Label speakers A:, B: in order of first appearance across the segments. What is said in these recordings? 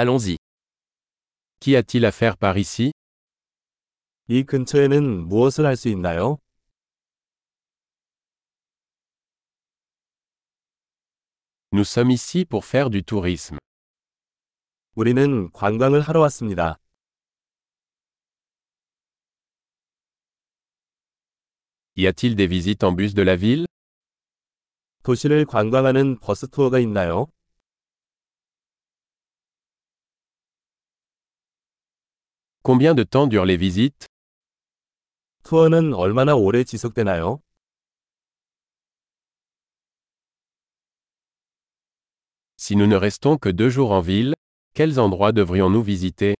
A: Allons-y. Qu'y a-t-il à faire par ici
B: 이 근처에는 무엇을 할 수 있나요?
A: Nous sommes ici pour faire du tourisme.
B: 우리는 관광을 하러 왔습니다.
A: Y a-t-il des visites en bus de la ville
B: 도시를 관광하는 버스 투어가 있나요?
A: Combien de temps durent les visites
B: 투어는 얼마나 오래 지속되나요?
A: Si nous ne restons que deux jours en ville, quels endroits devrions-nous visiter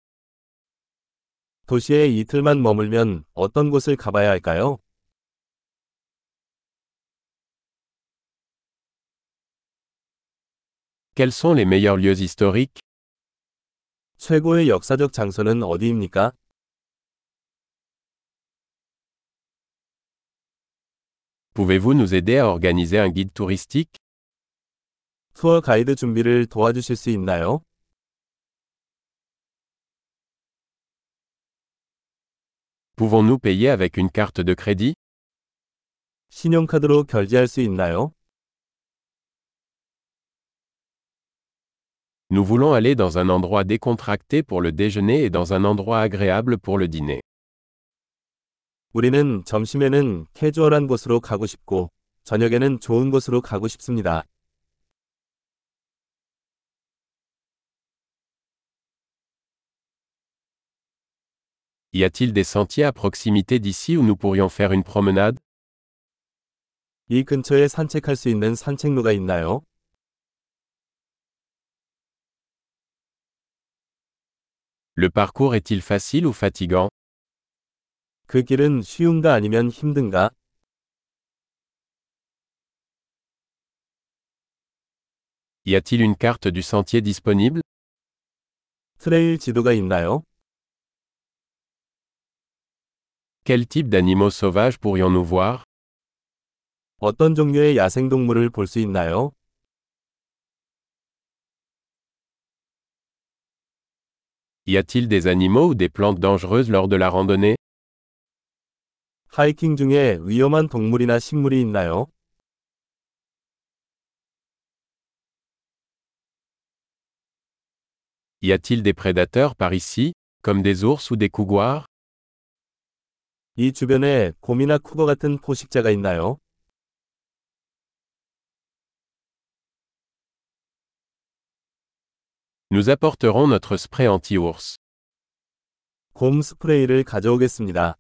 B: 도시에 이틀만 머물면 어떤 곳을 가봐야 할까요?
A: Quels sont les meilleurs lieux historiques
B: 최고의 역사적 장소는 어디입니까?
A: Pouvez-vous nous aider à organiser un guide touristique
B: 투어 가이드 준비를 도와주실 수 있나요?
A: Pouvons-nous payer avec une carte de crédit
B: 신용카드로 결제할 수 있나요?
A: Nous voulons aller dans un endroit décontracté pour le déjeuner et dans un endroit agréable pour le dîner.
B: 우리는 점심에는 캐주얼한 곳으로 가고 싶고, 저녁에는 좋은 곳으로 가고 싶습니다.
A: Y a-t-il des sentiers à proximité d'ici où nous pourrions faire une promenade
B: 이 근처에 산책할 수 있는 산책로가 있나요?
A: Le parcours est-il facile ou fatigant
B: 그 길은 쉬운가 아니면 힘든가?
A: Y a-t-il une carte du sentier disponible
B: 트레일 지도가 있나요?
A: Quel type d'animaux sauvages pourrions-nous voir
B: 어떤 종류의 야생동물을 볼 수 있나요?
A: Y a-t-il des animaux ou des plantes dangereuses lors de la randonnée
B: 하이킹 중에 위험한 동물이나 식물이 있나요?
A: Y a-t-il des prédateurs par ici, comme des ours ou des couguars
B: 이 주변에 곰이나 쿠거 같은 포식자가 있나요?
A: Nous apporterons notre spray anti-ours.
B: 곰 스프레이를 가져오겠습니다.